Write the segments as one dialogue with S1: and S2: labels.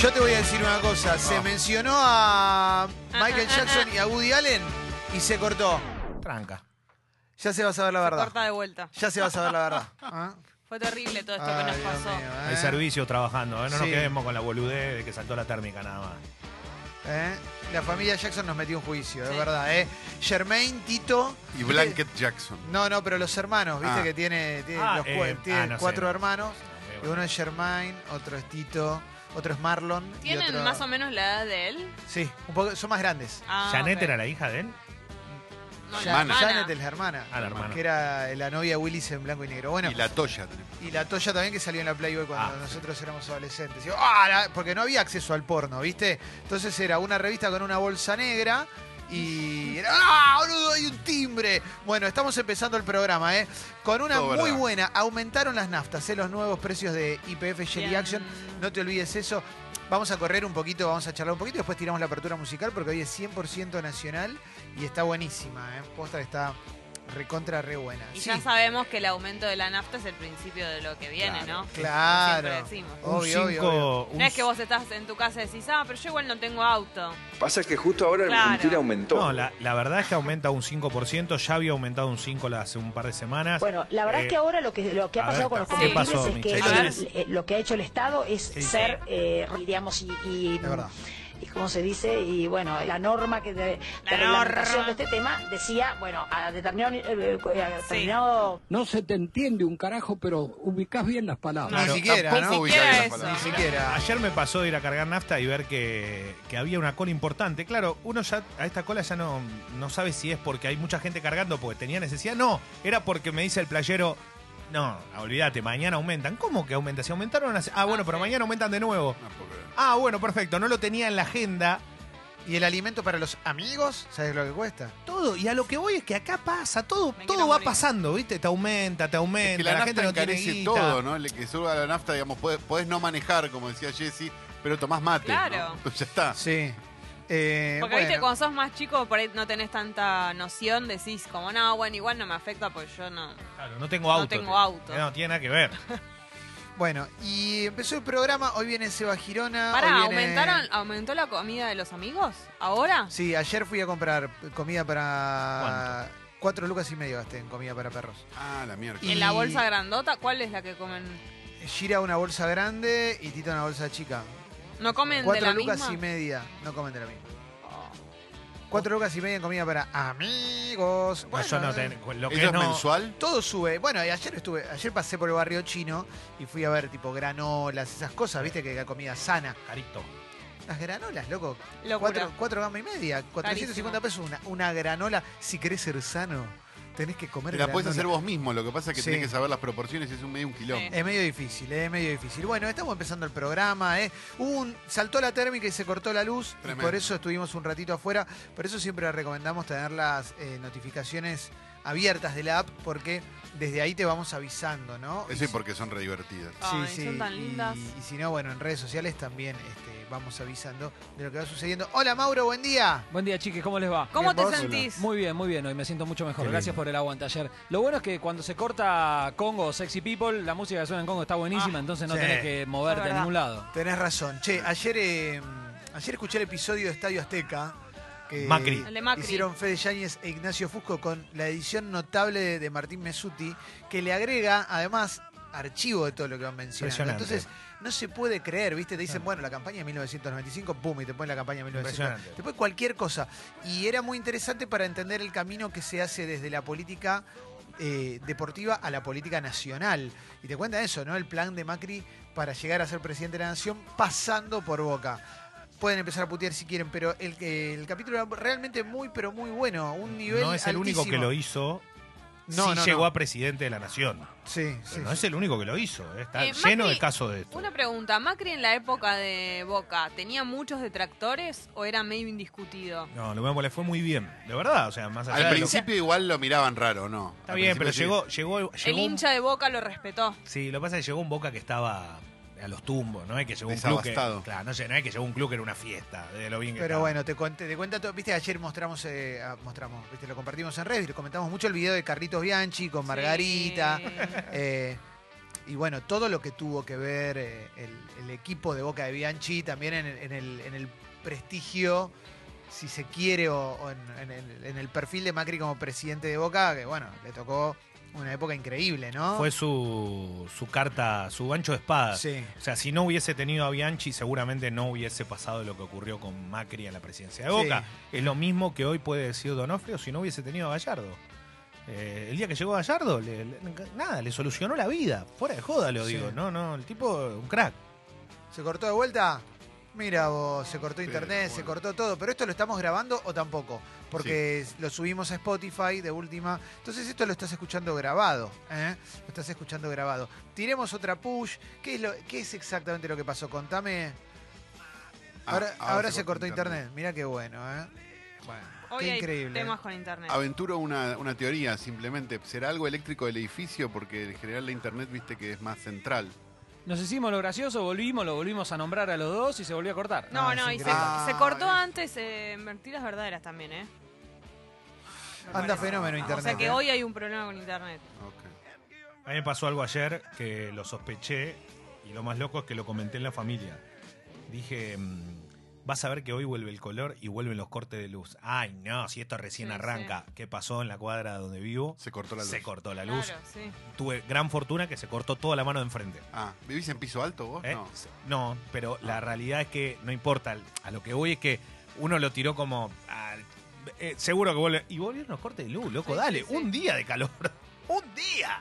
S1: Yo te voy a decir una cosa. Se mencionó a Michael
S2: Ajá,
S1: Jackson y a Woody Allen y se cortó.
S3: Tranca.
S1: Ya se va a saber la verdad.
S2: Corta de vuelta.
S1: Ya se va a saber la verdad. ¿Ah?
S2: Fue terrible todo esto que
S1: Ay,
S2: nos
S1: Dios
S2: pasó.
S1: mío, ¿eh?
S3: Hay servicio trabajando, ¿eh? no nos
S1: Sí.
S3: quedemos con la boludez de que saltó la térmica nada más.
S1: ¿Eh? La familia Jackson nos metió un juicio, es
S2: Sí.
S1: verdad. ¿eh? Germain, Tito.
S4: Y Blanket Jackson.
S1: No, no, pero los hermanos, viste
S4: Ah.
S1: que tiene, tiene,
S3: Ah,
S1: los cua-
S3: eh,
S1: tiene
S3: ah, no sé,
S1: cuatro
S3: no.
S1: hermanos.
S3: No,
S1: Y
S3: me-
S1: uno es Germain, otro es Tito, otro es Marlon. y
S2: ¿Tienen
S1: otro-
S2: más o menos la edad de él?
S1: Sí, un poco, son más grandes.
S2: Ah,
S3: ¿Janet
S2: ok.
S3: era la hija de él?
S2: No, la
S4: Janet.
S2: hermana.
S1: Janet es la hermana.
S3: Ah, la hermana.
S1: Que era eh, la novia de Willis en blanco y negro. Bueno,
S4: Y la Toya tenemos.
S1: y la Toya también que salió en la Playboy cuando
S3: Ah,
S1: nosotros éramos adolescentes. Y, ¡ah! la- porque no había acceso al porno, ¿viste? Entonces era una revista con una bolsa negra y era, ¡ah, boludo, hay un timbre! Bueno, estamos empezando el programa, ¿eh? Con una
S4: Todo
S1: muy
S4: verdad.
S1: buena, aumentaron las naftas, ¿eh? Los nuevos precios de IPF Jelly
S2: Bien.
S1: Action. No te olvides eso. Vamos a correr un poquito, vamos a charlar un poquito, después tiramos la apertura musical porque hoy es 100% nacional y está buenísima, ¿eh? Posta que está recontra re buena.
S2: Y
S1: Sí.
S2: ya sabemos que el aumento de la nafta es el principio de lo que viene,
S3: Claro.
S2: ¿no?
S1: Claro.
S2: Siempre decimos.
S1: Obvio,
S3: un
S1: obvio,
S3: cinco-
S1: obvio.
S3: un
S2: No es que vos estás en tu casa y decís, ah, pero yo igual no tengo auto.
S5: Pasa que justo ahora
S2: Claro.
S5: Argentina aumentó.
S3: No, la, la verdad es que aumenta un 5%, ya había aumentado un 5% la- hace un par de semanas.
S6: Bueno, la verdad
S3: Eh,
S6: es que ahora lo que, lo que ha
S3: a
S6: pasado
S3: ver,
S6: con los
S2: ¿qué
S6: combustibles
S3: pasó,
S6: es que
S3: Michelle?
S6: el-
S2: A
S6: eh,
S2: ver.
S6: lo que ha hecho el Estado es
S3: Sí.
S6: ser, eh, digamos, y, y,
S1: Es verdad.
S6: y ¿cómo se dice? Y bueno, la norma que de, de
S2: La
S6: reglamentación
S2: norma.
S6: de este tema decía, bueno, a determinado, eh, eh, a
S2: Sí.
S6: determinado
S7: No se te entiende un carajo, pero ubicás bien las palabras.
S1: Ni
S3: Claro,
S1: siquiera,
S4: tampoco
S1: ¿no?
S2: Ni
S4: ubica bien
S2: siquiera
S4: las
S2: eso.
S1: Ni
S4: palabras.
S1: siquiera.
S3: Ayer me pasó de ir a cargar nafta y ver que, que había una cola importante. Claro, uno ya a esta cola ya no, no sabe si es porque hay mucha gente cargando porque tenía necesidad. No, era porque me dice el playero, no, olvídate, mañana aumentan. ¿Cómo que aumenta? Si aumentaron hace- Ah, bueno, pero mañana aumentan de nuevo.
S4: No puedo creer.
S3: Ah, bueno, perfecto, no lo tenía en la agenda.
S1: ¿Y el alimento para los amigos? ¿Sabes lo que cuesta?
S3: Todo, y a lo que voy es que acá pasa, todo,
S2: Me quiero
S3: todo va
S2: morir.
S3: pasando, ¿viste? Te aumenta, te aumenta,
S4: Es que la,
S3: la, gente
S4: nafta
S3: no tiene
S4: encarece
S3: guita.
S4: todo, ¿no? El que suba la nafta, digamos, podés, podés no manejar, como decía Jesse, pero tomás mate.
S2: Claro.
S4: ¿no? Entonces ya está.
S1: Sí. Eh,
S2: Porque viste,
S1: bueno.
S2: cuando sos más chico, por ahí no tenés tanta noción, decís como, no, bueno, igual no me afecta porque yo no.
S1: Ah,
S3: Claro, no tengo
S2: No
S3: auto.
S2: tengo auto.
S3: No, tiene nada que ver.
S1: Bueno, y empezó el programa. Hoy viene Seba Girona.
S2: Pará,
S1: hoy viene-
S2: ¿aumentaron, ¿aumentó la comida de los amigos? ¿Ahora?
S1: Sí, ayer fui a comprar comida para. Cuatro lucas y medio gasté en comida para perros.
S4: Ah, la mierda.
S1: Y-
S2: ¿En la bolsa grandota? ¿Cuál es la que comen?
S1: Gira una bolsa grande y Tita una bolsa chica.
S2: ¿No comen de
S1: Cuatro
S2: la
S1: lucas
S2: misma? Oh.
S1: y media. No comen de la misma. Cuatro lucas y media en comida para amigos.
S3: No,
S1: Bueno,
S3: yo no
S1: eh.
S3: tengo. Lo
S4: ¿Eso
S3: que
S4: es
S3: no,
S4: mensual?
S1: Todo sube. Bueno, y ayer estuve, ayer pasé por el barrio chino y fui a ver tipo granolas, esas cosas, viste, que la comida sana.
S3: Carito.
S1: Las granolas, loco.
S2: Locura.
S1: Cuatro, cuatro gama y media, 450 pesos una, una granola. Si querés ser sano, tenés que comer
S4: Te la podés
S1: granola.
S4: hacer vos mismo, lo que pasa es que
S1: Sí.
S4: tenés que saber las proporciones, es un medio un quilombo.
S1: Es medio difícil, eh, es medio difícil. Bueno, estamos empezando el programa, ¿eh? Hubo un, saltó la térmica y se cortó la luz, y
S4: Tremendo.
S1: por eso estuvimos un ratito afuera. Por eso siempre recomendamos tener las eh, notificaciones abiertas de la app, porque desde ahí te vamos avisando, ¿no?
S4: Eso y
S1: si-
S4: Eh, porque son re divertidas.
S2: Ay, son tan
S1: y-
S2: lindas.
S1: Y, si no, bueno, en redes sociales también este, vamos avisando de lo que va sucediendo. Hola Mauro, buen día.
S8: Buen día, chiques, ¿cómo les va?
S2: ¿Cómo
S1: Bien,
S2: te
S1: vos,
S2: sentís?
S8: Muy bien, muy bien, hoy me siento mucho mejor.
S3: Qué
S8: Gracias
S3: lindo.
S8: por el aguante ayer. Lo bueno es que cuando se corta Congo, Sexy People, la música que suena en Congo está buenísima, entonces no
S1: sí.
S8: tenés que
S2: Es
S8: moverte a
S2: verdad.
S8: ningún lado.
S1: Tenés razón. Che, ayer, eh, ayer escuché el episodio de Estadio Azteca. Que
S3: Macri.
S2: El de Macri.
S1: Hicieron Fede Yáñez e Ignacio Fusco con la edición notable de, de Martín Mesuti, que le agrega, además, archivo de todo lo que van mencionando.
S3: Impresionante. Ah.
S1: Entonces, no se puede creer, ¿viste? Te dicen, bueno, la campaña de 1995, pum, y te ponen la campaña de 1995.
S3: Impresionante.
S1: Te ponen cualquier cosa. Y era muy interesante para entender el camino que se hace desde la política eh, deportiva a la política nacional. Y te cuenta eso, ¿no? El plan de Macri para llegar a ser presidente de la nación pasando por Boca. Pueden empezar a putear si quieren, pero el, eh, el capítulo era realmente muy, pero muy bueno. Un nivel
S3: No es el único que lo
S1: hizo.
S3: hizo.
S1: No,
S3: sí
S1: no, no.
S3: llegó a presidente de la nación.
S1: Sí,
S3: Pero
S1: sí.
S3: no
S1: sí.
S3: es el único que lo hizo. eh. Está
S2: Eh,
S3: lleno
S2: Macri,
S3: de casos de esto.
S2: Una pregunta, ¿Macri en la época de Boca tenía muchos detractores o era medio indiscutido?
S3: No, lo mismo le fue muy bien. De verdad, o sea, más allá
S4: Al
S3: de lo-
S4: principio igual lo miraban raro, ¿no?
S3: Está
S4: Al
S3: bien,
S4: principio
S3: pero
S4: sí.
S3: llegó, llegó,
S2: El
S3: llegó un-
S2: hincha de Boca lo respetó.
S3: Sí, lo que pasa es que llegó un Boca que estaba a los tumbos, ¿no? Es que llegó un club que,
S4: Desabastado.
S3: claro, no, sé, no es que llegó un club que era una fiesta, de lo bien que
S1: Pero
S3: estaba.
S1: bueno, te, conté- te cuenta todo. Viste, ayer mostramos, eh, ah, mostramos viste, lo compartimos en redes y lo comentamos mucho el video de Carlitos Bianchi con Margarita.
S2: Sí.
S1: eh, y bueno, todo lo que tuvo que ver eh, el, el equipo de Boca de Bianchi también en, el- en el, en el prestigio, si se quiere, o, o en, en el, en el perfil de Macri como presidente de Boca, que bueno, le tocó una época increíble, ¿no?
S3: Fue su, su carta, su ancho de espada.
S1: Sí.
S3: O sea, si no hubiese tenido a Bianchi, seguramente no hubiese pasado lo que ocurrió con Macri en la presidencia de
S1: Sí.
S3: Boca. Es lo mismo que hoy puede decir Donofrio si no hubiese tenido a Gallardo. Eh, el día que llegó Gallardo, le- le- nada, le solucionó la vida. Fuera de joda, lo
S1: Sí.
S3: digo. No, no, el tipo, un crack.
S1: ¿Se cortó de vuelta? Mira vos, se cortó internet,
S4: bueno.
S1: se cortó todo, pero esto lo estamos grabando o tampoco, porque lo subimos a Spotify de última. Entonces esto lo estás escuchando grabado, ¿eh? Lo estás escuchando grabado. Tiremos otra push. ¿Qué es, lo, qué es exactamente lo que pasó? Contame.
S4: Ah,
S1: Ahora, ahora, se, cortó internet. Mira qué bueno, ¿eh? Bueno,
S2: Hoy
S1: qué
S2: hay
S1: increíble.
S2: temas con internet.
S4: Aventuro una, una teoría, simplemente. ¿Será algo eléctrico del edificio? Porque en general la internet, viste que es más central.
S8: Nos hicimos lo gracioso, volvimos, lo volvimos a nombrar a los dos y se volvió a cortar.
S2: No,
S1: Ah,
S2: no,
S1: es
S2: y se,
S1: increíble.
S2: se cortó
S4: Ah,
S2: antes eh, mentiras verdaderas también, ¿eh?
S1: Anda fenómeno
S2: O
S1: internet.
S2: sea que
S1: ¿eh?
S2: hoy hay un problema con internet.
S4: Ok.
S3: A mí me pasó algo ayer que lo sospeché y lo más loco es que lo comenté en la familia. Dije, mm, vas a ver que hoy vuelve el color y vuelven los cortes de luz. Ay, no, si esto recién
S2: Sí,
S3: arranca. ¿Qué pasó en la cuadra donde vivo?
S4: Se cortó la luz.
S3: Se cortó la luz.
S2: Claro, sí.
S3: Tuve gran fortuna que se cortó toda la mano de enfrente.
S4: Ah, ¿vivís en piso alto vos?
S3: ¿eh?
S4: No.
S3: Se- No. pero
S2: Ah.
S3: la realidad es que no importa. A lo que voy es que uno lo tiró como... ah, eh, seguro que vuelve. Y volvieron los cortes de luz, loco,
S2: Sí,
S3: dale.
S2: sí, sí.
S3: Un día de calor. un día.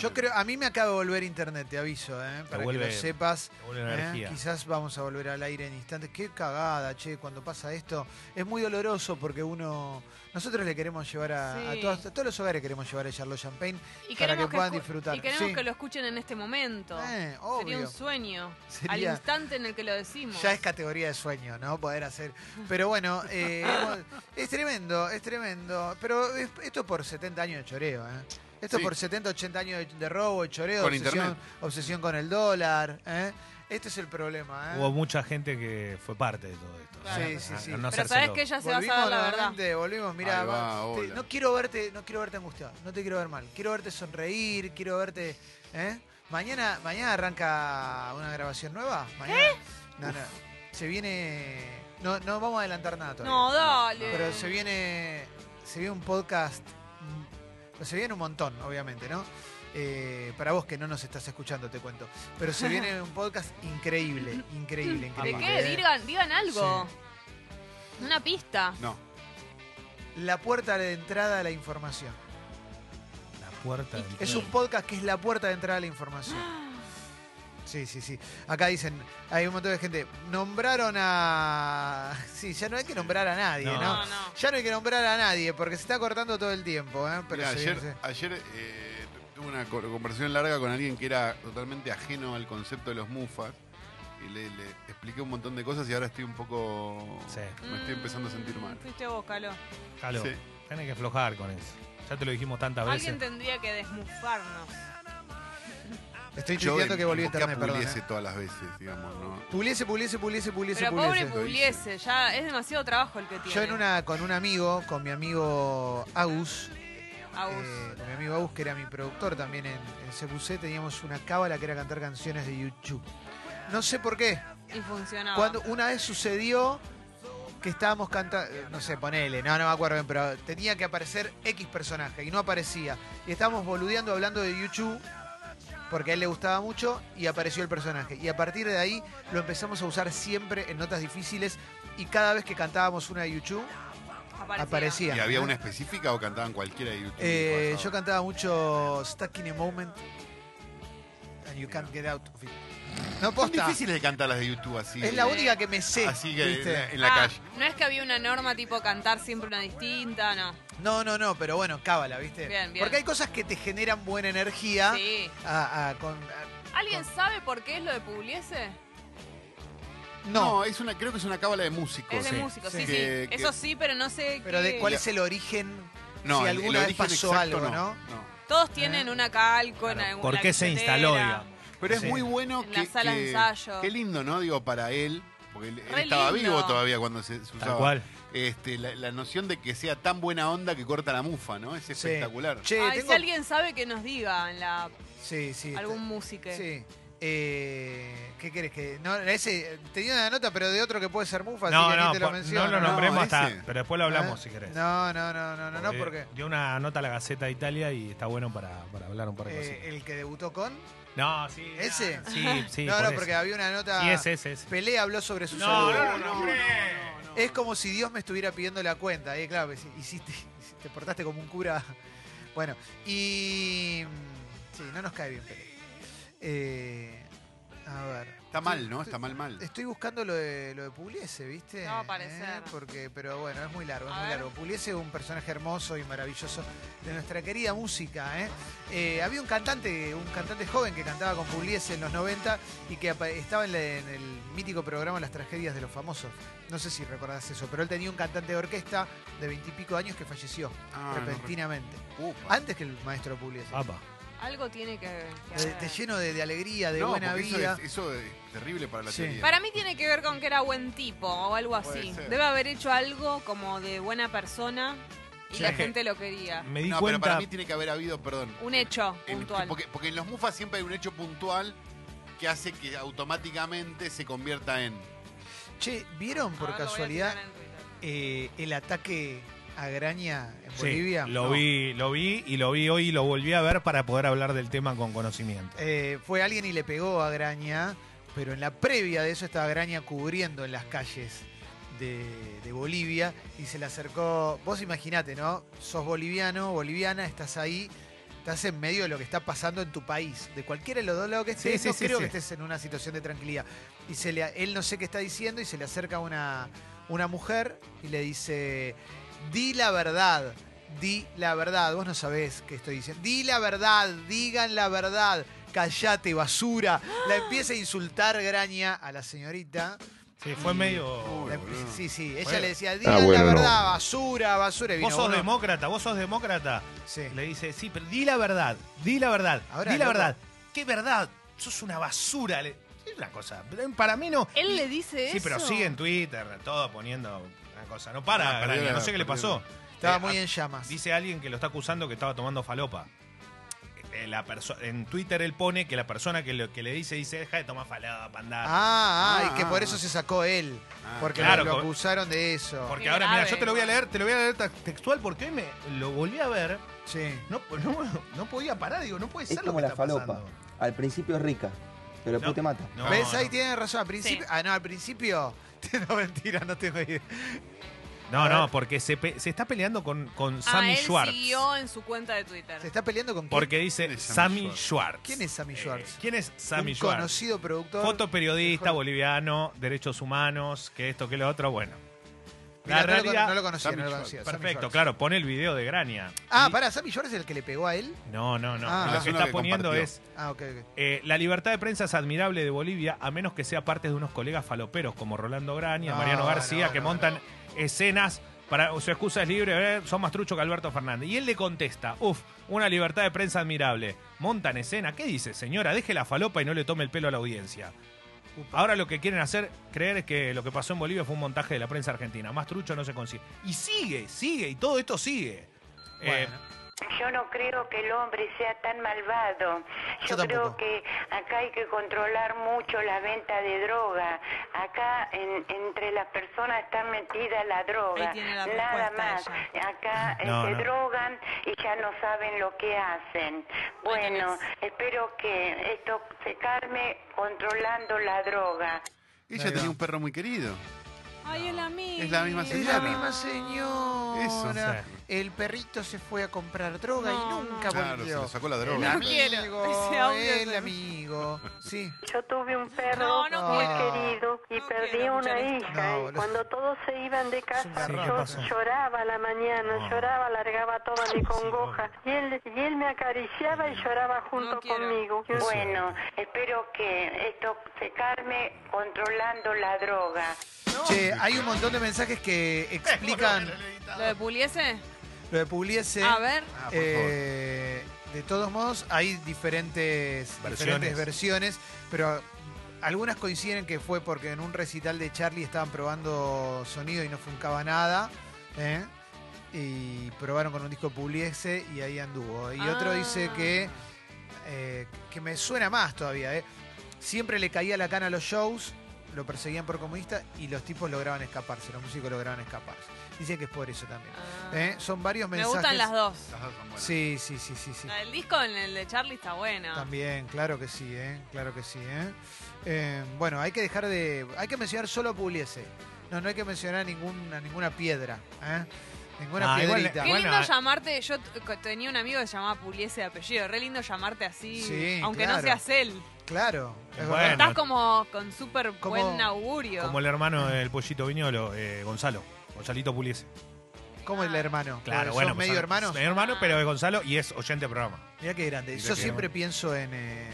S1: Yo creo, a mí me acaba de volver internet, te aviso, ¿eh? Para que lo
S3: vuelve-
S1: sepas.
S3: Se vuelve
S2: Ah,
S1: ¿Eh?
S3: energía.
S1: Quizás vamos a volver al aire en instantes. Qué cagada, che, cuando pasa esto. Es muy doloroso porque uno. Nosotros le queremos llevar a, a
S2: Sí.
S1: todas- a todos los hogares, queremos llevar el Charlotte Champagne.
S2: Y
S1: Para
S2: queremos
S1: que puedan
S2: escu-
S1: disfrutar,
S2: Y queremos
S1: sí.
S2: que lo escuchen en este momento.
S1: Eh,
S2: Sería un
S1: obvio.
S2: sueño. Al
S1: Sería-
S2: instante en el que lo decimos.
S1: Ya es categoría de sueño, ¿no? Poder hacer. Pero bueno, eh, hemos- es tremendo, es tremendo. Pero es- esto por 70 años de choreo, ¿eh? Esto
S4: Sí.
S1: por 70, 80 años de, de robo, de choreo,
S4: Con
S1: obsesión,
S4: internet.
S1: obsesión con el dólar. ¿eh? Este es el problema. ¿eh?
S3: Hubo mucha gente que fue parte de todo esto.
S2: Claro.
S3: ¿eh?
S1: Sí, sí, sí.
S3: A- a
S2: Pero
S3: no hacérselo.
S2: sabes que ella se va a saber la verdad.
S1: nuevamente, volvimos, mira,
S4: Ahí va, hola.
S1: no quiero verte, no quiero verte angustiado, no te quiero ver mal, quiero verte sonreír, quiero verte, ¿eh? Mañana, mañana arranca una grabación nueva, mañana.
S2: ¿Eh?
S1: No, no, se viene, no, no vamos a adelantar nada todavía.
S2: No, dale.
S1: Pero se viene, se viene un podcast, mm, se viene un montón, obviamente, ¿no? Eh, para vos que no nos estás escuchando, te cuento. Pero se viene un podcast increíble, increíble,
S2: ¿De
S4: Ah,
S1: increíble.
S2: qué?
S1: ¿eh?
S2: Digan, digan algo. Una pista.
S4: No.
S1: La puerta de entrada a la información.
S3: La puerta del
S1: Es
S3: tren.
S1: un podcast que es la puerta de entrada a la información. Sí, sí, sí. Acá dicen, hay un montón de gente. Nombraron a. Sí, ya no hay que nombrar a nadie, ¿no?
S3: No.
S2: No, no.
S1: Ya no hay que nombrar a nadie porque se está cortando todo el tiempo, ¿eh? Pero
S4: Mirá,
S1: sí,
S4: ayer,
S1: sí.
S4: ayer, eh, tuve una co- conversación larga con alguien que era totalmente ajeno al concepto de los mufas. Y le, le expliqué un montón de cosas y ahora estoy un poco.
S3: Sí.
S4: Me estoy empezando a sentir
S2: Mm,
S4: mal.
S2: Fuiste vos, Calo.
S3: Jalo,
S4: Sí.
S3: tenés que aflojar con eso. Ya te lo dijimos tantas
S2: Alguien
S3: veces.
S2: tendría que desmufarnos.
S1: Estoy tuiteando que volvió
S4: invoqué
S1: internet,
S4: a
S1: perdón.
S4: Pugliese
S1: ¿eh?
S4: todas las veces, digamos, ¿no?
S1: Puliese, puliese, puliese, puliese,
S2: Pero pobre
S1: puliese.
S2: Pugliese, ya es demasiado trabajo el que tiene.
S1: Yo en una, con un amigo, con mi amigo Agus,
S2: Agus.
S1: eh, con mi amigo Agus, que era mi productor también en, en CQC, teníamos una cábala que era cantar canciones de YouTube. No sé por qué,
S2: y funcionaba.
S1: Cuando una vez sucedió que estábamos cantando, no sé, ponele, no, no me acuerdo bien, pero tenía que aparecer X personaje y no aparecía. Y estábamos boludeando hablando de YouTube porque a él le gustaba mucho y apareció el personaje. Y a partir de ahí lo empezamos a usar siempre en notas difíciles y cada vez que cantábamos una de YouTube
S2: aparecía.
S1: aparecía.
S4: ¿Y había una específica o cantaban cualquiera de YouTube?
S1: Eh,
S4: Pasaba.
S1: yo cantaba mucho Stuck in a Moment and You Can't Get Out of It. No
S4: Son
S1: posta.
S4: difíciles de cantar las de YouTube así. eh,
S1: Es la única que me sé.
S4: Así que en
S1: ¿viste?
S4: la, en la
S2: Ah,
S4: calle.
S2: No es que había una norma tipo cantar siempre una distinta, no.
S1: No, no, no, pero bueno, cábala, ¿viste?
S2: Bien, bien.
S1: Porque hay cosas que te generan buena energía.
S2: Sí.
S1: a- a- con- a-
S2: ¿Alguien sabe por qué es lo de Pugliese?
S1: no,
S4: es una, creo que es una cábala de músicos.
S2: Es de
S3: Sí,
S2: músicos, sí, sí.
S1: sí.
S4: Que- que-
S2: Eso sí, pero no sé
S1: pero
S2: qué-
S1: de cuál
S4: Ya.
S1: es el origen.
S4: No,
S1: si
S4: el- el
S1: alguna vez
S4: origen
S1: pasó
S4: exacto
S1: algo,
S4: no.
S1: ¿no?
S2: Todos tienen
S1: Eh.
S2: una calco en
S3: Claro,
S2: alguna
S3: ¿Por qué se
S2: billetera.
S3: instaló, digamos?
S4: Pero es
S3: Sí.
S4: muy bueno
S2: En
S4: que.
S2: la sala de
S4: que-
S2: ensayo.
S4: Qué lindo, ¿no? Digo, para él. Porque él, él
S2: Re
S4: estaba
S2: lindo.
S4: vivo todavía cuando se, se
S3: Tal
S4: usaba.
S3: cual.
S4: Este, la, la noción de que sea tan buena onda que corta la mufa, ¿no? Es
S1: Sí.
S4: espectacular.
S1: Che,
S2: Ay,
S1: tengo-
S2: si alguien sabe que nos diga en la
S1: Sí, sí. está-
S2: Algún músico.
S1: Sí. Eh, ¿Qué querés que.? No, ese, tenía una nota, pero de otro que puede ser Mufa,
S3: No,
S1: así que
S3: no,
S1: ni te lo
S3: por-
S1: menciono.
S3: no lo nombremos
S4: No,
S3: hasta.
S4: ese.
S3: Pero después lo hablamos
S1: ¿Eh?
S3: si querés.
S1: No, no, no, no, no, no, porque.
S3: Dio una nota a la Gaceta de Italia y está bueno para, para hablar un par de
S1: eh,
S3: cosas.
S1: el que debutó con.
S3: No, sí. no,
S1: ¿Ese?
S3: Sí, sí.
S1: no,
S3: por
S1: no,
S3: eso.
S1: porque había una nota.
S3: Sí, ese, ese, ese.
S1: Pelé habló sobre su
S3: No,
S1: salud.
S3: no, no, no, hombre.
S1: Es como si Dios me estuviera pidiendo la cuenta. Y claro, pues, hiciste, te portaste como un cura. Bueno, y. mm, Sí, no nos cae bien, Pelé. Eh, a ver.
S4: Está mal, ¿no? Está mal, mal.
S1: Estoy buscando lo de, lo de Pugliese, ¿viste? Eh,
S2: No va a aparecer.
S1: Porque, pero bueno, es muy largo, es
S2: A
S1: muy
S2: ver.
S1: largo. Pugliese es un personaje hermoso y maravilloso de nuestra querida música, ¿eh? Eh, Había un cantante, un cantante joven que cantaba con Pugliese en los 90 y que apa- estaba en, la- en el mítico programa Las Tragedias de los Famosos. No sé si recordás eso, pero él tenía un cantante de orquesta de veintipico años que falleció
S4: Ah, no,
S1: repentinamente.
S4: re- Upa. Ah.
S1: Antes que el maestro Pugliese.
S3: Apa.
S2: Algo tiene que ver. que
S1: De,
S2: ver.
S1: de lleno de, de alegría, de
S4: No,
S1: buena
S4: porque eso
S1: vida.
S4: es- Eso es, terrible para la
S1: Sí.
S4: teoría.
S2: Para mí tiene que ver con que era buen tipo o algo
S4: Puede
S2: así.
S4: ser.
S2: Debe haber hecho algo como de buena persona y
S3: Sí.
S2: la
S3: Es que-
S2: gente lo quería.
S3: Me di
S4: no, pero
S3: cuenta.
S4: para mí tiene que haber habido, perdón.
S2: Un hecho
S4: en-
S2: puntual.
S4: porque, porque en los mufas siempre hay un hecho puntual que hace que automáticamente se convierta en.
S1: Che, ¿vieron por
S2: A ver, Ah, lo voy a
S1: casualidad
S2: tirar en Twitter.
S1: eh, el ataque a Graña en
S3: Sí,
S1: Bolivia.
S3: lo
S1: No.
S3: vi, lo vi y lo vi hoy y lo volví a ver para poder hablar del tema con conocimiento.
S1: Eh, fue alguien y le pegó a Graña, pero en la previa de eso estaba Graña cubriendo en las calles de, de Bolivia y se le acercó. Vos imaginate, ¿no? Sos boliviano, boliviana, estás ahí. Estás en medio de lo que está pasando en tu país. De cualquiera de los dos lados que estés,
S3: Sí, sí,
S1: no
S3: sí,
S1: creo
S3: sí.
S1: que estés en una situación de tranquilidad. Y se le, él no sé qué está diciendo y se le acerca una, una mujer y le dice, di la verdad, di la verdad, vos no sabés qué estoy diciendo, di la verdad, digan la verdad, callate basura, la empieza a insultar Graña a la señorita.
S3: Sí, fue medio.
S1: La-
S4: boludo.
S1: sí, sí, ella
S3: Bueno.
S1: le
S2: Ah,
S1: decía, digan la verdad, basura, basura. Y vino
S3: Vos sos
S1: uno-
S3: demócrata, vos sos demócrata.
S1: Sí.
S3: Le dice, sí, pero di la verdad, di la verdad,
S1: Ahora,
S3: di la
S1: loco.
S3: verdad. ¿Qué verdad? Sos una basura. Le- Es una cosa. Para mí no.
S2: Él le dice eso.
S3: Sí, pero sigue en Twitter, todo poniendo una cosa. No para,
S4: Ah, perdió
S3: Graña,
S4: la-
S3: no sé qué le
S4: perdió
S3: pasó.
S1: Estaba
S3: Eh,
S1: muy
S3: a-
S1: en llamas.
S3: Dice alguien que lo está acusando que estaba tomando falopa. Eh, la perso- en Twitter él pone que la persona que, lo- que le dice, dice, deja de tomar falopa, andá.
S1: Ah, ah,
S4: Ah,
S1: y que por
S4: ah,
S1: eso
S4: ah.
S1: se sacó él.
S4: Ah,
S1: porque
S3: claro,
S1: lo, lo
S3: como-
S1: acusaron de eso.
S3: Porque
S2: Qué
S3: ahora, mira,
S2: grave.
S3: yo te lo voy a leer, te lo voy a leer ta- textual porque hoy me lo volví a ver.
S1: Sí.
S3: No, no, no podía parar, digo, no puede ser
S5: Es
S3: lo
S5: como
S3: que
S5: la
S3: está
S5: falopa.
S3: pasando.
S5: Al principio es rica, pero después
S3: No.
S5: te mata.
S3: No,
S1: ¿Ves?
S3: no.
S1: Ahí tienes razón. Al principio.
S2: Sí.
S1: Ah, no, al principio. no, mentira, no tengo idea.
S3: No, no, porque se, pe- se está peleando con, con
S2: Ah,
S3: Sammy
S2: él
S3: Schwartz.
S2: siguió en su cuenta de Twitter.
S1: ¿Se está peleando con quién?
S3: Porque dice
S4: ¿Quién es Sammy
S3: Sammy
S4: Schwartz?
S3: Schwartz.
S1: ¿Quién es Sammy
S3: Eh,
S1: Schwartz?
S3: ¿Quién es Sammy
S1: Un
S3: Schwartz?
S1: conocido productor.
S3: Fotoperiodista
S1: Mejor-
S3: boliviano, derechos humanos, que esto, que lo otro, bueno.
S1: Mirá, no,
S3: La
S1: lo,
S3: realidad-
S1: no lo conocía,
S4: Sammy
S1: no lo
S4: Schwartz.
S1: conocía. Sammy
S3: Perfecto,
S1: Schwartz.
S3: claro, pone el video de Grania.
S1: Ah,
S3: Y-
S1: pará, Sammy Schwartz es el que le pegó a él.
S3: No, no, no.
S1: Ah.
S3: lo
S1: Es
S3: que
S4: uno
S3: está
S4: que
S3: poniendo
S4: compartió.
S3: es
S1: Ah, ok, ok.
S3: Eh, la libertad de prensa es admirable de Bolivia, a menos que sea parte de unos colegas faloperos como Rolando Graña,
S1: No,
S3: Mariano García,
S1: no,
S3: que
S1: no,
S3: montan escenas para su excusa es libre, eh, son más trucho que Alberto Fernández. Y él le contesta, uff, una libertad de prensa admirable. Montan escena, ¿qué dice, señora? Deje la falopa y no le tome el pelo a la audiencia. Ahora lo que quieren hacer creer es que lo que pasó en Bolivia fue un montaje de la prensa argentina. Más trucho no se consigue. Y sigue, sigue, y todo esto sigue. Eh,
S1: Bueno.
S9: Yo no creo que el hombre sea tan malvado.
S1: Yo
S9: Yo,
S1: tampoco.
S9: creo que acá hay que controlar mucho la venta de droga. Acá en- entre las personas está metida la droga.
S2: Ahí tiene la
S9: Nada
S2: respuesta
S9: más. Acá eh,
S3: No,
S9: se
S3: no.
S9: drogan y ya no saben lo que hacen. Bueno, espero que esto se calme controlando la droga.
S4: Ella
S1: Ahí va.
S4: tenía un perro muy querido.
S2: Ay, es la misma.
S4: Es la misma
S1: Es
S4: señora.
S1: la misma señora.
S4: Eso,
S3: sí.
S1: El perrito se fue a comprar droga
S2: No,
S1: y
S2: no.
S1: nunca
S4: Claro, se
S1: volvió.
S4: le sacó la
S1: el
S4: droga.
S1: amigo,
S2: Ese audio
S1: el
S2: es-
S1: amigo. Sí.
S9: Yo tuve un perro
S2: No, no
S9: muy
S1: quiero.
S9: querido y
S2: No
S9: perdí
S2: quiero
S9: una
S2: escuchar esto.
S9: hija.
S1: No,
S9: y
S1: boludo.
S9: cuando todos se iban de
S1: un
S9: casa,
S1: garrón.
S3: ¿Qué pasó?
S9: yo lloraba a la mañana,
S3: No.
S9: lloraba, largaba toda mi congoja.
S3: obvio.
S9: Y él, y él me acariciaba y lloraba junto
S2: quiero.
S9: conmigo.
S3: Qué Bueno,
S9: espero que esto se calme controlando la droga.
S1: Che, hay un montón de mensajes que explican
S2: ¿Lo de Puliese?
S1: lo de Pugliese.
S2: A ver.
S4: Ah, por
S1: Eh, de todos modos, hay diferentes
S3: Versiones.
S1: diferentes versiones, pero algunas coinciden en que fue porque en un recital de Charlie estaban probando sonido y no funcaba nada. ¿eh? Y probaron con un disco de Pugliese y ahí anduvo. Y otro
S2: Ah.
S1: dice que eh, que me suena más todavía. eh. Siempre le caía la cana a los shows, lo perseguían por comunista y los tipos lograban escaparse, los músicos lograban escaparse. Dicen que es por eso también.
S2: Ah.
S1: Eh, Son varios
S2: Me
S1: mensajes.
S2: gustan las dos.
S4: Las dos son buenas.
S1: Sí, sí, sí, sí, sí.
S2: La del disco en el de Charlie está buena.
S1: También, claro que sí, ¿eh? Claro que sí, ¿eh? Eh, Bueno, hay que dejar de... Hay que mencionar solo a Pugliese. No, no hay que mencionar ninguna, ninguna piedra, ¿eh? Ninguna
S3: Ah, igual-
S1: piedrita.
S2: Qué
S3: Bueno,
S2: lindo
S3: eh.
S2: llamarte, yo t- co- tenía un amigo que se llamaba Puliese de apellido, re lindo llamarte así,
S1: Sí,
S2: aunque
S1: claro.
S2: no seas él.
S1: Claro. es
S3: Bueno.
S1: verdad.
S2: Estás como con súper
S1: Como-
S2: buen augurio.
S3: Como el hermano del pollito viñolo, eh, Gonzalo. Gonzalito Puliese.
S1: ¿Cómo el hermano?
S3: Claro,
S1: ¿Son
S3: bueno. pues,
S1: medio
S3: son-
S1: hermanos?
S3: Medio hermano, pero es Gonzalo y es oyente del programa.
S1: Mirá qué grande.
S4: Mirá
S1: Yo
S4: qué
S1: siempre pienso en... eh,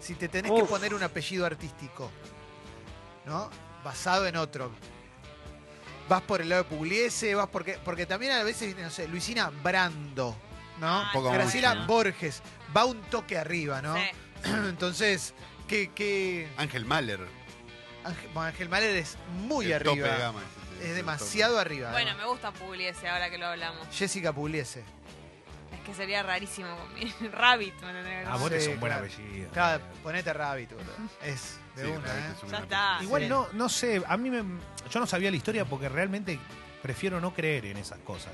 S1: si te tenés que
S5: Uf.
S1: poner un apellido artístico, ¿no? Basado en otro. Vas por el lado de Pugliese, vas porque... Porque también a veces, no sé, Luisina Brando, ¿no?
S2: Ah,
S4: Un poco
S1: Graciela
S4: mucho, ¿no?
S1: Borges va un toque arriba, ¿no?
S2: Sí.
S1: Entonces, que, que
S4: Ángel Mahler.
S1: Ángel, bueno, Ángel Mahler es muy
S4: el tope de
S1: arriba.
S4: gama, ese, ese,
S1: Es
S4: el
S1: demasiado
S4: tope.
S1: arriba.
S2: Bueno,
S1: además.
S2: me gusta Pugliese ahora que lo hablamos.
S1: Jessica Pugliese.
S2: Es que sería rarísimo con mi Rabbit, me tendría que
S3: Ah, vos
S2: poner.
S3: te
S1: Sí,
S3: sos un buen
S1: claro.
S3: apellido.
S1: Cada- ponete Rabbit, boludo. Es de
S4: Sí,
S1: una,
S4: realmente
S1: ¿eh?
S4: es un
S2: Ya
S4: gran
S2: está.
S4: apellido.
S3: Igual
S1: Sí.
S3: no, no sé, a mí me, yo no sabía la historia porque realmente prefiero no creer en esas cosas.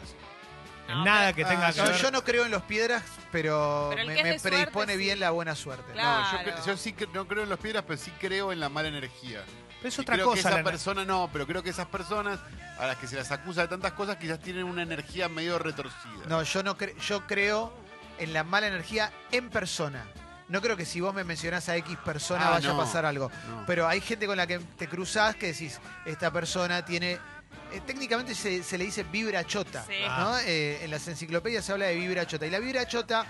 S3: En
S2: No,
S3: nada que tenga
S1: Ah,
S3: que
S1: yo,
S3: ver.
S1: yo no creo en los piedras, pero,
S2: Pero el
S1: me,
S2: que es
S1: me
S2: de suerte,
S1: predispone
S2: sí.
S1: bien la buena suerte.
S2: Claro.
S4: No, yo cre- yo, sí que no creo en las piedras, pero sí creo en la mala energía.
S3: Pero es
S4: Y
S3: otra
S4: creo que
S3: cosa.
S4: esa
S3: la-
S4: persona no, pero creo que esas personas a las que se las acusa de tantas cosas quizás tienen una energía medio retorcida.
S1: No, yo no cre- yo creo en la mala energía en persona. No creo que si vos me mencionás a X persona
S4: Ah,
S1: vaya
S4: no.
S1: a pasar algo.
S4: No.
S1: Pero hay gente con la que te cruzás que decís, esta persona tiene. eh, técnicamente se, se le dice vibra chota.
S2: Sí.
S1: ¿no?
S4: Ah.
S1: Eh, en las enciclopedias se habla de vibra chota. Y la vibra chota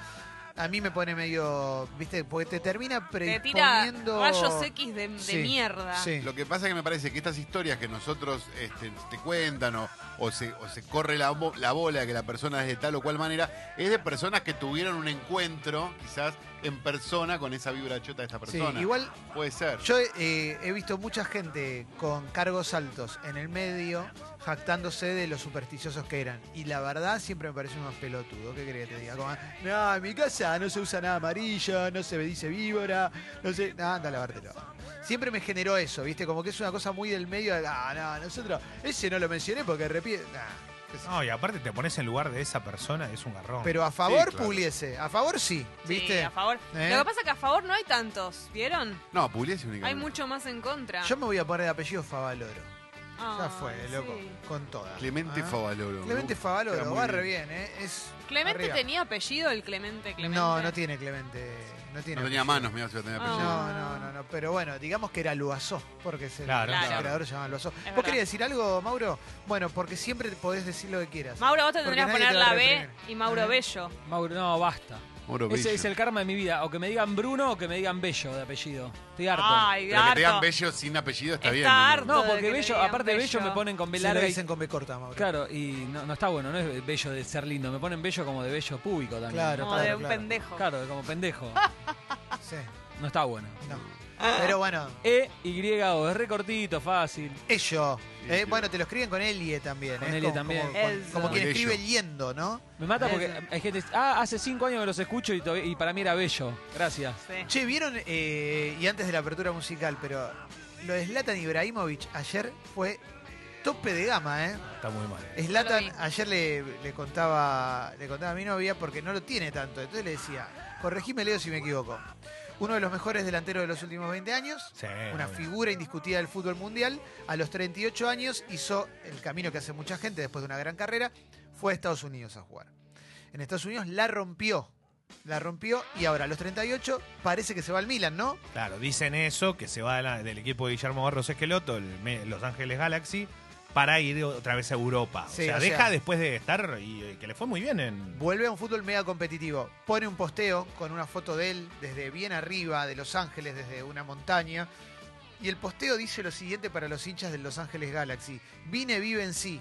S1: a mí me pone medio. ¿Viste? Porque te termina
S2: Te tira
S1: predisponiendo.
S2: rayos X de, de
S1: Sí,
S2: mierda.
S1: Sí.
S4: Lo que pasa es que me parece que estas historias que nosotros este, te cuentan o, o se, o se corre la, bo- la bola que la persona es de tal o cual manera, es de personas que tuvieron un encuentro quizás en persona con esa vibra chota de esta
S1: Sí,
S4: persona.
S1: Igual
S4: Puede ser.
S1: Yo eh, he visto mucha gente con cargos altos en el medio jactándose de lo supersticiosos que eran. Y la verdad siempre me parece más pelotudo. ¿Qué querés que te diga? Como, no, en mi casa no se usa nada amarillo, no se me dice víbora, no sé. No, anda a lavártelo. Siempre me generó eso, ¿viste? Como que es una cosa muy del medio. de, Ah, no, nosotros. Ese no lo mencioné porque repite. nah, qué sé yo.
S3: No, y aparte te pones en lugar de esa persona, es un garrón.
S1: Pero a favor,
S4: Sí, claro.
S1: Pugliese. A favor, sí.
S2: Sí,
S1: ¿Viste?
S2: a favor.
S1: ¿Eh?
S2: Lo que pasa es que a favor no hay tantos, ¿vieron?
S4: No, Pugliese únicamente.
S2: Hay mucho más en contra.
S1: Yo me voy a poner de apellido Favaloro. ya
S2: Ah,
S1: fue,
S2: sí.
S1: loco. Con toda.
S4: Clemente
S1: Ah.
S4: Favaloro.
S1: Clemente
S4: Uf,
S1: Favaloro,
S4: queda muy
S1: va
S4: bien.
S1: re bien, ¿eh? Es
S2: ¿Clemente
S1: arriba.
S2: tenía apellido el Clemente Clemente?
S1: No, no tiene Clemente. No, tiene
S4: No tenía
S1: apellido.
S4: manos, mira si iba a tener
S2: Ah.
S4: apellido.
S1: No, no, no, no. Pero bueno, digamos que era Luazó, porque es el,
S3: Claro,
S1: el
S2: claro.
S1: creador se llama Luazó. ¿Vos
S2: verdad.
S1: querías decir algo, Mauro? Bueno, porque siempre podés decir lo que quieras.
S2: Mauro, vos te
S1: Porque
S2: tendrías que
S1: nadie
S2: poner
S1: te va a
S2: la B
S1: reprimir.
S2: y Mauro
S1: Ajá.
S2: Bello.
S8: Mauro, no, basta.
S4: Oro bello.
S8: Ese es el karma de mi vida. O que me digan Bruno o que me digan Bello de apellido. Estoy harto.
S2: Ay,
S4: Pero que te digan
S2: harto.
S4: bello sin apellido está,
S2: Está
S4: bien.
S2: harto.
S8: no,
S2: de que
S8: porque
S2: le
S8: Bello,
S2: digan
S8: aparte Bello
S2: Bello.
S8: me ponen con B
S1: Se lo
S8: larga y-
S1: dicen con B corta, Mauro.
S8: Claro, y no, no está bueno, no es bello de ser lindo, me ponen bello como de bello público también.
S1: Claro,
S2: Como de un
S1: claro.
S2: pendejo.
S8: Claro, como pendejo.
S2: Ah.
S1: Sí,
S8: No está bueno.
S1: no. Pero bueno,
S8: E, Y, O, es re cortito, fácil.
S1: ello.
S4: Sí,
S1: Eh,
S4: sí.
S1: bueno, te lo escriben con Elie también.
S8: Con
S1: ¿eh?
S8: Elie
S1: como,
S8: también.
S1: Como, con-
S2: Eso.
S1: como quien
S4: Con
S1: escribe
S4: ello.
S1: yendo, ¿no?
S8: Me mata porque
S2: Eso.
S8: hay gente. Ah, hace cinco años que los escucho y, todavía- y para mí era bello. Gracias.
S2: Sí.
S1: Che, vieron, eh, y antes de la apertura musical, pero lo de Zlatan Ibrahimovic ayer fue tope de gama, ¿eh?
S3: Está muy mal.
S1: Zlatan,
S2: vi.
S1: ayer le, le contaba le contaba a mi novia porque no lo tiene tanto. Entonces le decía, corregime Leo si me equivoco. Uno de los mejores delanteros de los últimos 20 años,
S3: Sí,
S1: una
S3: obvio.
S1: figura indiscutida del fútbol mundial, a los 38 años hizo el camino que hace mucha gente después de una gran carrera, fue a Estados Unidos a jugar. En Estados Unidos la rompió, la rompió y ahora a los 38 parece que se va al Milan, ¿no?
S3: Claro, dicen eso, que se va de la- del equipo de Guillermo Barros Esqueloto, el Me- Los Ángeles Galaxy, para ir otra vez a Europa.
S1: Sí,
S3: o sea,
S1: o
S3: deja
S1: sea-
S3: después de estar y eh, que le fue muy bien en.
S1: Vuelve a un fútbol mega competitivo. Pone un posteo con una foto de él desde bien arriba de Los Ángeles, desde una montaña. Y el posteo dice lo siguiente para los hinchas de Los Ángeles Galaxy. Vine, vive en sí.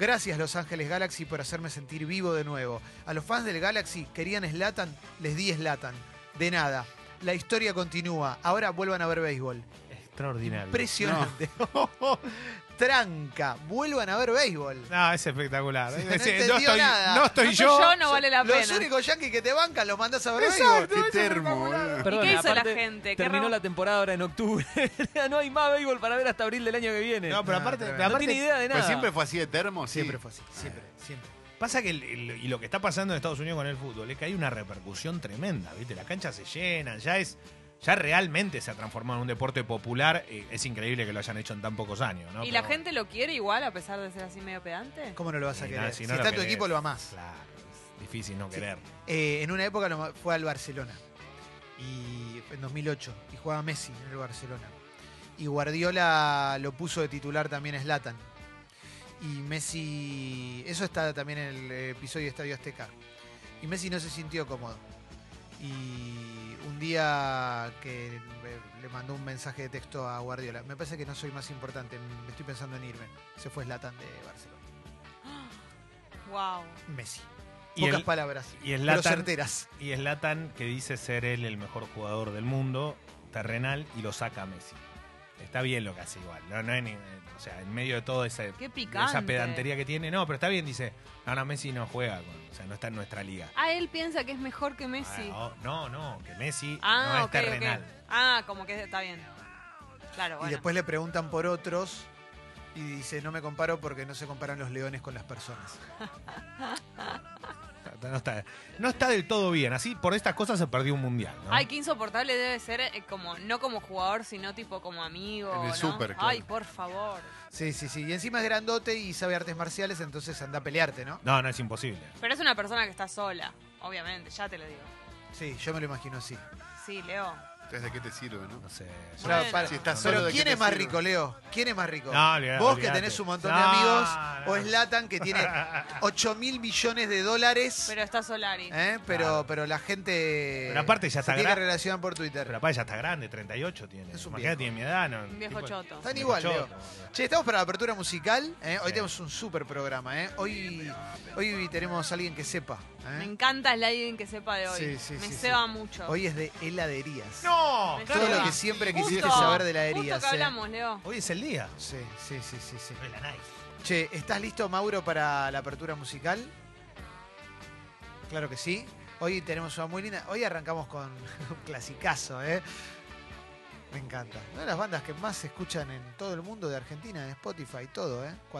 S1: Gracias Los Ángeles Galaxy por hacerme sentir vivo de nuevo. A los fans del Galaxy querían Slatan, les di Slatan. De nada. La historia continúa. Ahora vuelvan a ver béisbol.
S3: Extraordinario.
S1: Impresionante. Tranca, vuelvan a ver béisbol.
S3: No, es espectacular.
S1: Sí,
S3: Es
S1: no
S3: decir,
S1: entendió
S3: no, estoy,
S1: nada.
S3: no estoy
S2: No soy
S3: yo.
S2: yo, no vale la
S1: Los
S2: pena.
S1: únicos yanquis que te bancan los mandas a ver
S4: Qué
S1: béisbol.
S4: termo, boludo.
S8: Perdón,
S2: qué hizo la
S8: aparte,
S2: gente? ¿Qué
S8: Terminó
S2: raro?
S8: la temporada ahora en octubre. no hay más béisbol para ver hasta abril del año que viene.
S3: No, pero
S1: No,
S3: aparte,
S1: tremendo.
S8: No
S3: aparte-
S8: tiene idea de nada.
S4: Pues siempre fue así de termo, sí.
S1: Siempre fue así, siempre, siempre.
S3: Pasa que el- el- y lo que está pasando en Estados Unidos con el fútbol es que hay una repercusión tremenda, ¿viste? Las canchas se llenan, ya es ya realmente se ha transformado en un deporte popular, eh, es increíble que lo hayan hecho en tan pocos años, ¿no?
S2: ¿Y
S3: Pero
S2: la
S3: bueno.
S2: gente lo quiere igual a pesar de ser así medio pedante?
S1: ¿Cómo no lo vas a
S3: Y
S1: querer?
S3: nada,
S1: si
S3: no lo
S1: está tu
S3: querés,
S1: equipo, lo amás.
S3: Claro, es difícil no
S1: Sí.
S3: querer.
S1: Eh, en una época lo- fue al Barcelona. Y en 2008. Y jugaba Messi en el Barcelona. Y Guardiola lo puso de titular también a Zlatan. Y Messi. Eso está también en el episodio de Estadio Azteca. Y Messi no se sintió cómodo. Y un día que eh, le mandó un mensaje de texto a Guardiola. Me parece que no soy más importante. Me estoy pensando en irme. Se fue Zlatan de Barcelona.
S2: Wow.
S1: Messi.
S3: Y
S1: Pocas
S3: el-
S1: palabras.
S3: Y
S1: Pero
S3: Zlatan,
S1: certeras.
S3: y Zlatan, que dice ser él el mejor jugador del mundo, terrenal, y lo saca a Messi. Está bien lo que hace igual. No, no es ni- o sea, en medio de todo ese,
S2: Qué
S3: de
S2: picante.
S3: esa pedantería que tiene. No, pero está bien, dice. No, no, Messi no juega. con- o sea, no está en nuestra liga.
S2: Ah, él piensa que es mejor que Messi.
S3: Ah, oh, no, no, que Messi
S2: Ah,
S3: no es
S2: ok, ok.
S3: terrenal.
S2: Ah, como que está bien. Claro, bueno.
S1: Y después le preguntan por otros y dice, no me comparo porque no se comparan los leones con las personas.
S3: Está- No, está, no está del todo bien. Así, por estas cosas se perdió un mundial. ¿no?
S2: Ay, qué insoportable debe ser, eh, como no como jugador, sino tipo como amigo.
S4: En el
S2: ¿no?
S4: súper, claro.
S2: Ay, por favor.
S1: Sí, sí, sí. Y encima es grandote y sabe artes marciales, entonces anda a pelearte, ¿no?
S3: No, no es imposible.
S2: Pero es una persona que está sola, obviamente, ya te lo digo.
S1: Sí, yo me lo imagino así.
S2: Sí, Leo.
S4: Entonces, ¿de qué te sirve, no?
S3: No sé.
S2: Bueno.
S1: Claro, para-
S4: Si estás
S1: pero
S4: solo, ¿de qué
S1: ¿quién
S4: te
S1: es más
S4: sirve?
S1: rico, Leo? ¿Quién es más rico?
S3: No, olvidate,
S1: Vos que
S3: olvidate.
S1: tenés un montón de
S3: No,
S1: amigos
S3: no.
S1: o Slatan que tiene 8 mil millones de dólares. ¿eh?
S2: Pero está Solari.
S1: Pero, pero,
S3: Claro.
S1: la gente
S3: Pero aparte ya
S1: se
S3: está
S1: tiene que
S3: gra-
S1: relacionar por Twitter.
S3: Pero papá ya está grande, 38 tiene.
S1: Es un viejo.
S3: Imagínate, tiene mi edad. ¿no?
S2: Un viejo
S3: Tipo-
S2: choto.
S1: Están
S3: Viejo
S1: igual,
S3: choto,
S1: Leo.
S3: boludo.
S1: Che, estamos para la apertura musical. ¿eh? Hoy
S3: Sí.
S1: tenemos un super programa. ¿eh? Hoy, hoy tenemos a alguien que sepa. ¿eh?
S2: Me encanta el alguien que sepa de hoy.
S1: Sí, sí,
S2: Me
S1: sí,
S2: ceba
S1: sí.
S2: mucho.
S1: Hoy es de heladerías.
S3: No,
S2: Me
S1: Todo
S2: ceba.
S1: lo que
S4: sí-
S1: siempre
S4: Justo.
S1: quisiste saber de heladerías.
S2: Justo que
S1: ¿eh?
S2: hablamos, Leo.
S3: Hoy es el día.
S1: Sí, sí, sí, sí, sí.
S3: De la Nike.
S1: Che, ¿estás listo, Mauro, para la apertura musical? Claro que sí. Hoy tenemos una muy linda. Hoy arrancamos con un clasicazo, ¿eh? Me encanta. Una de las bandas que más se escuchan en todo el mundo de Argentina, en Spotify, todo, ¿eh? Cuando-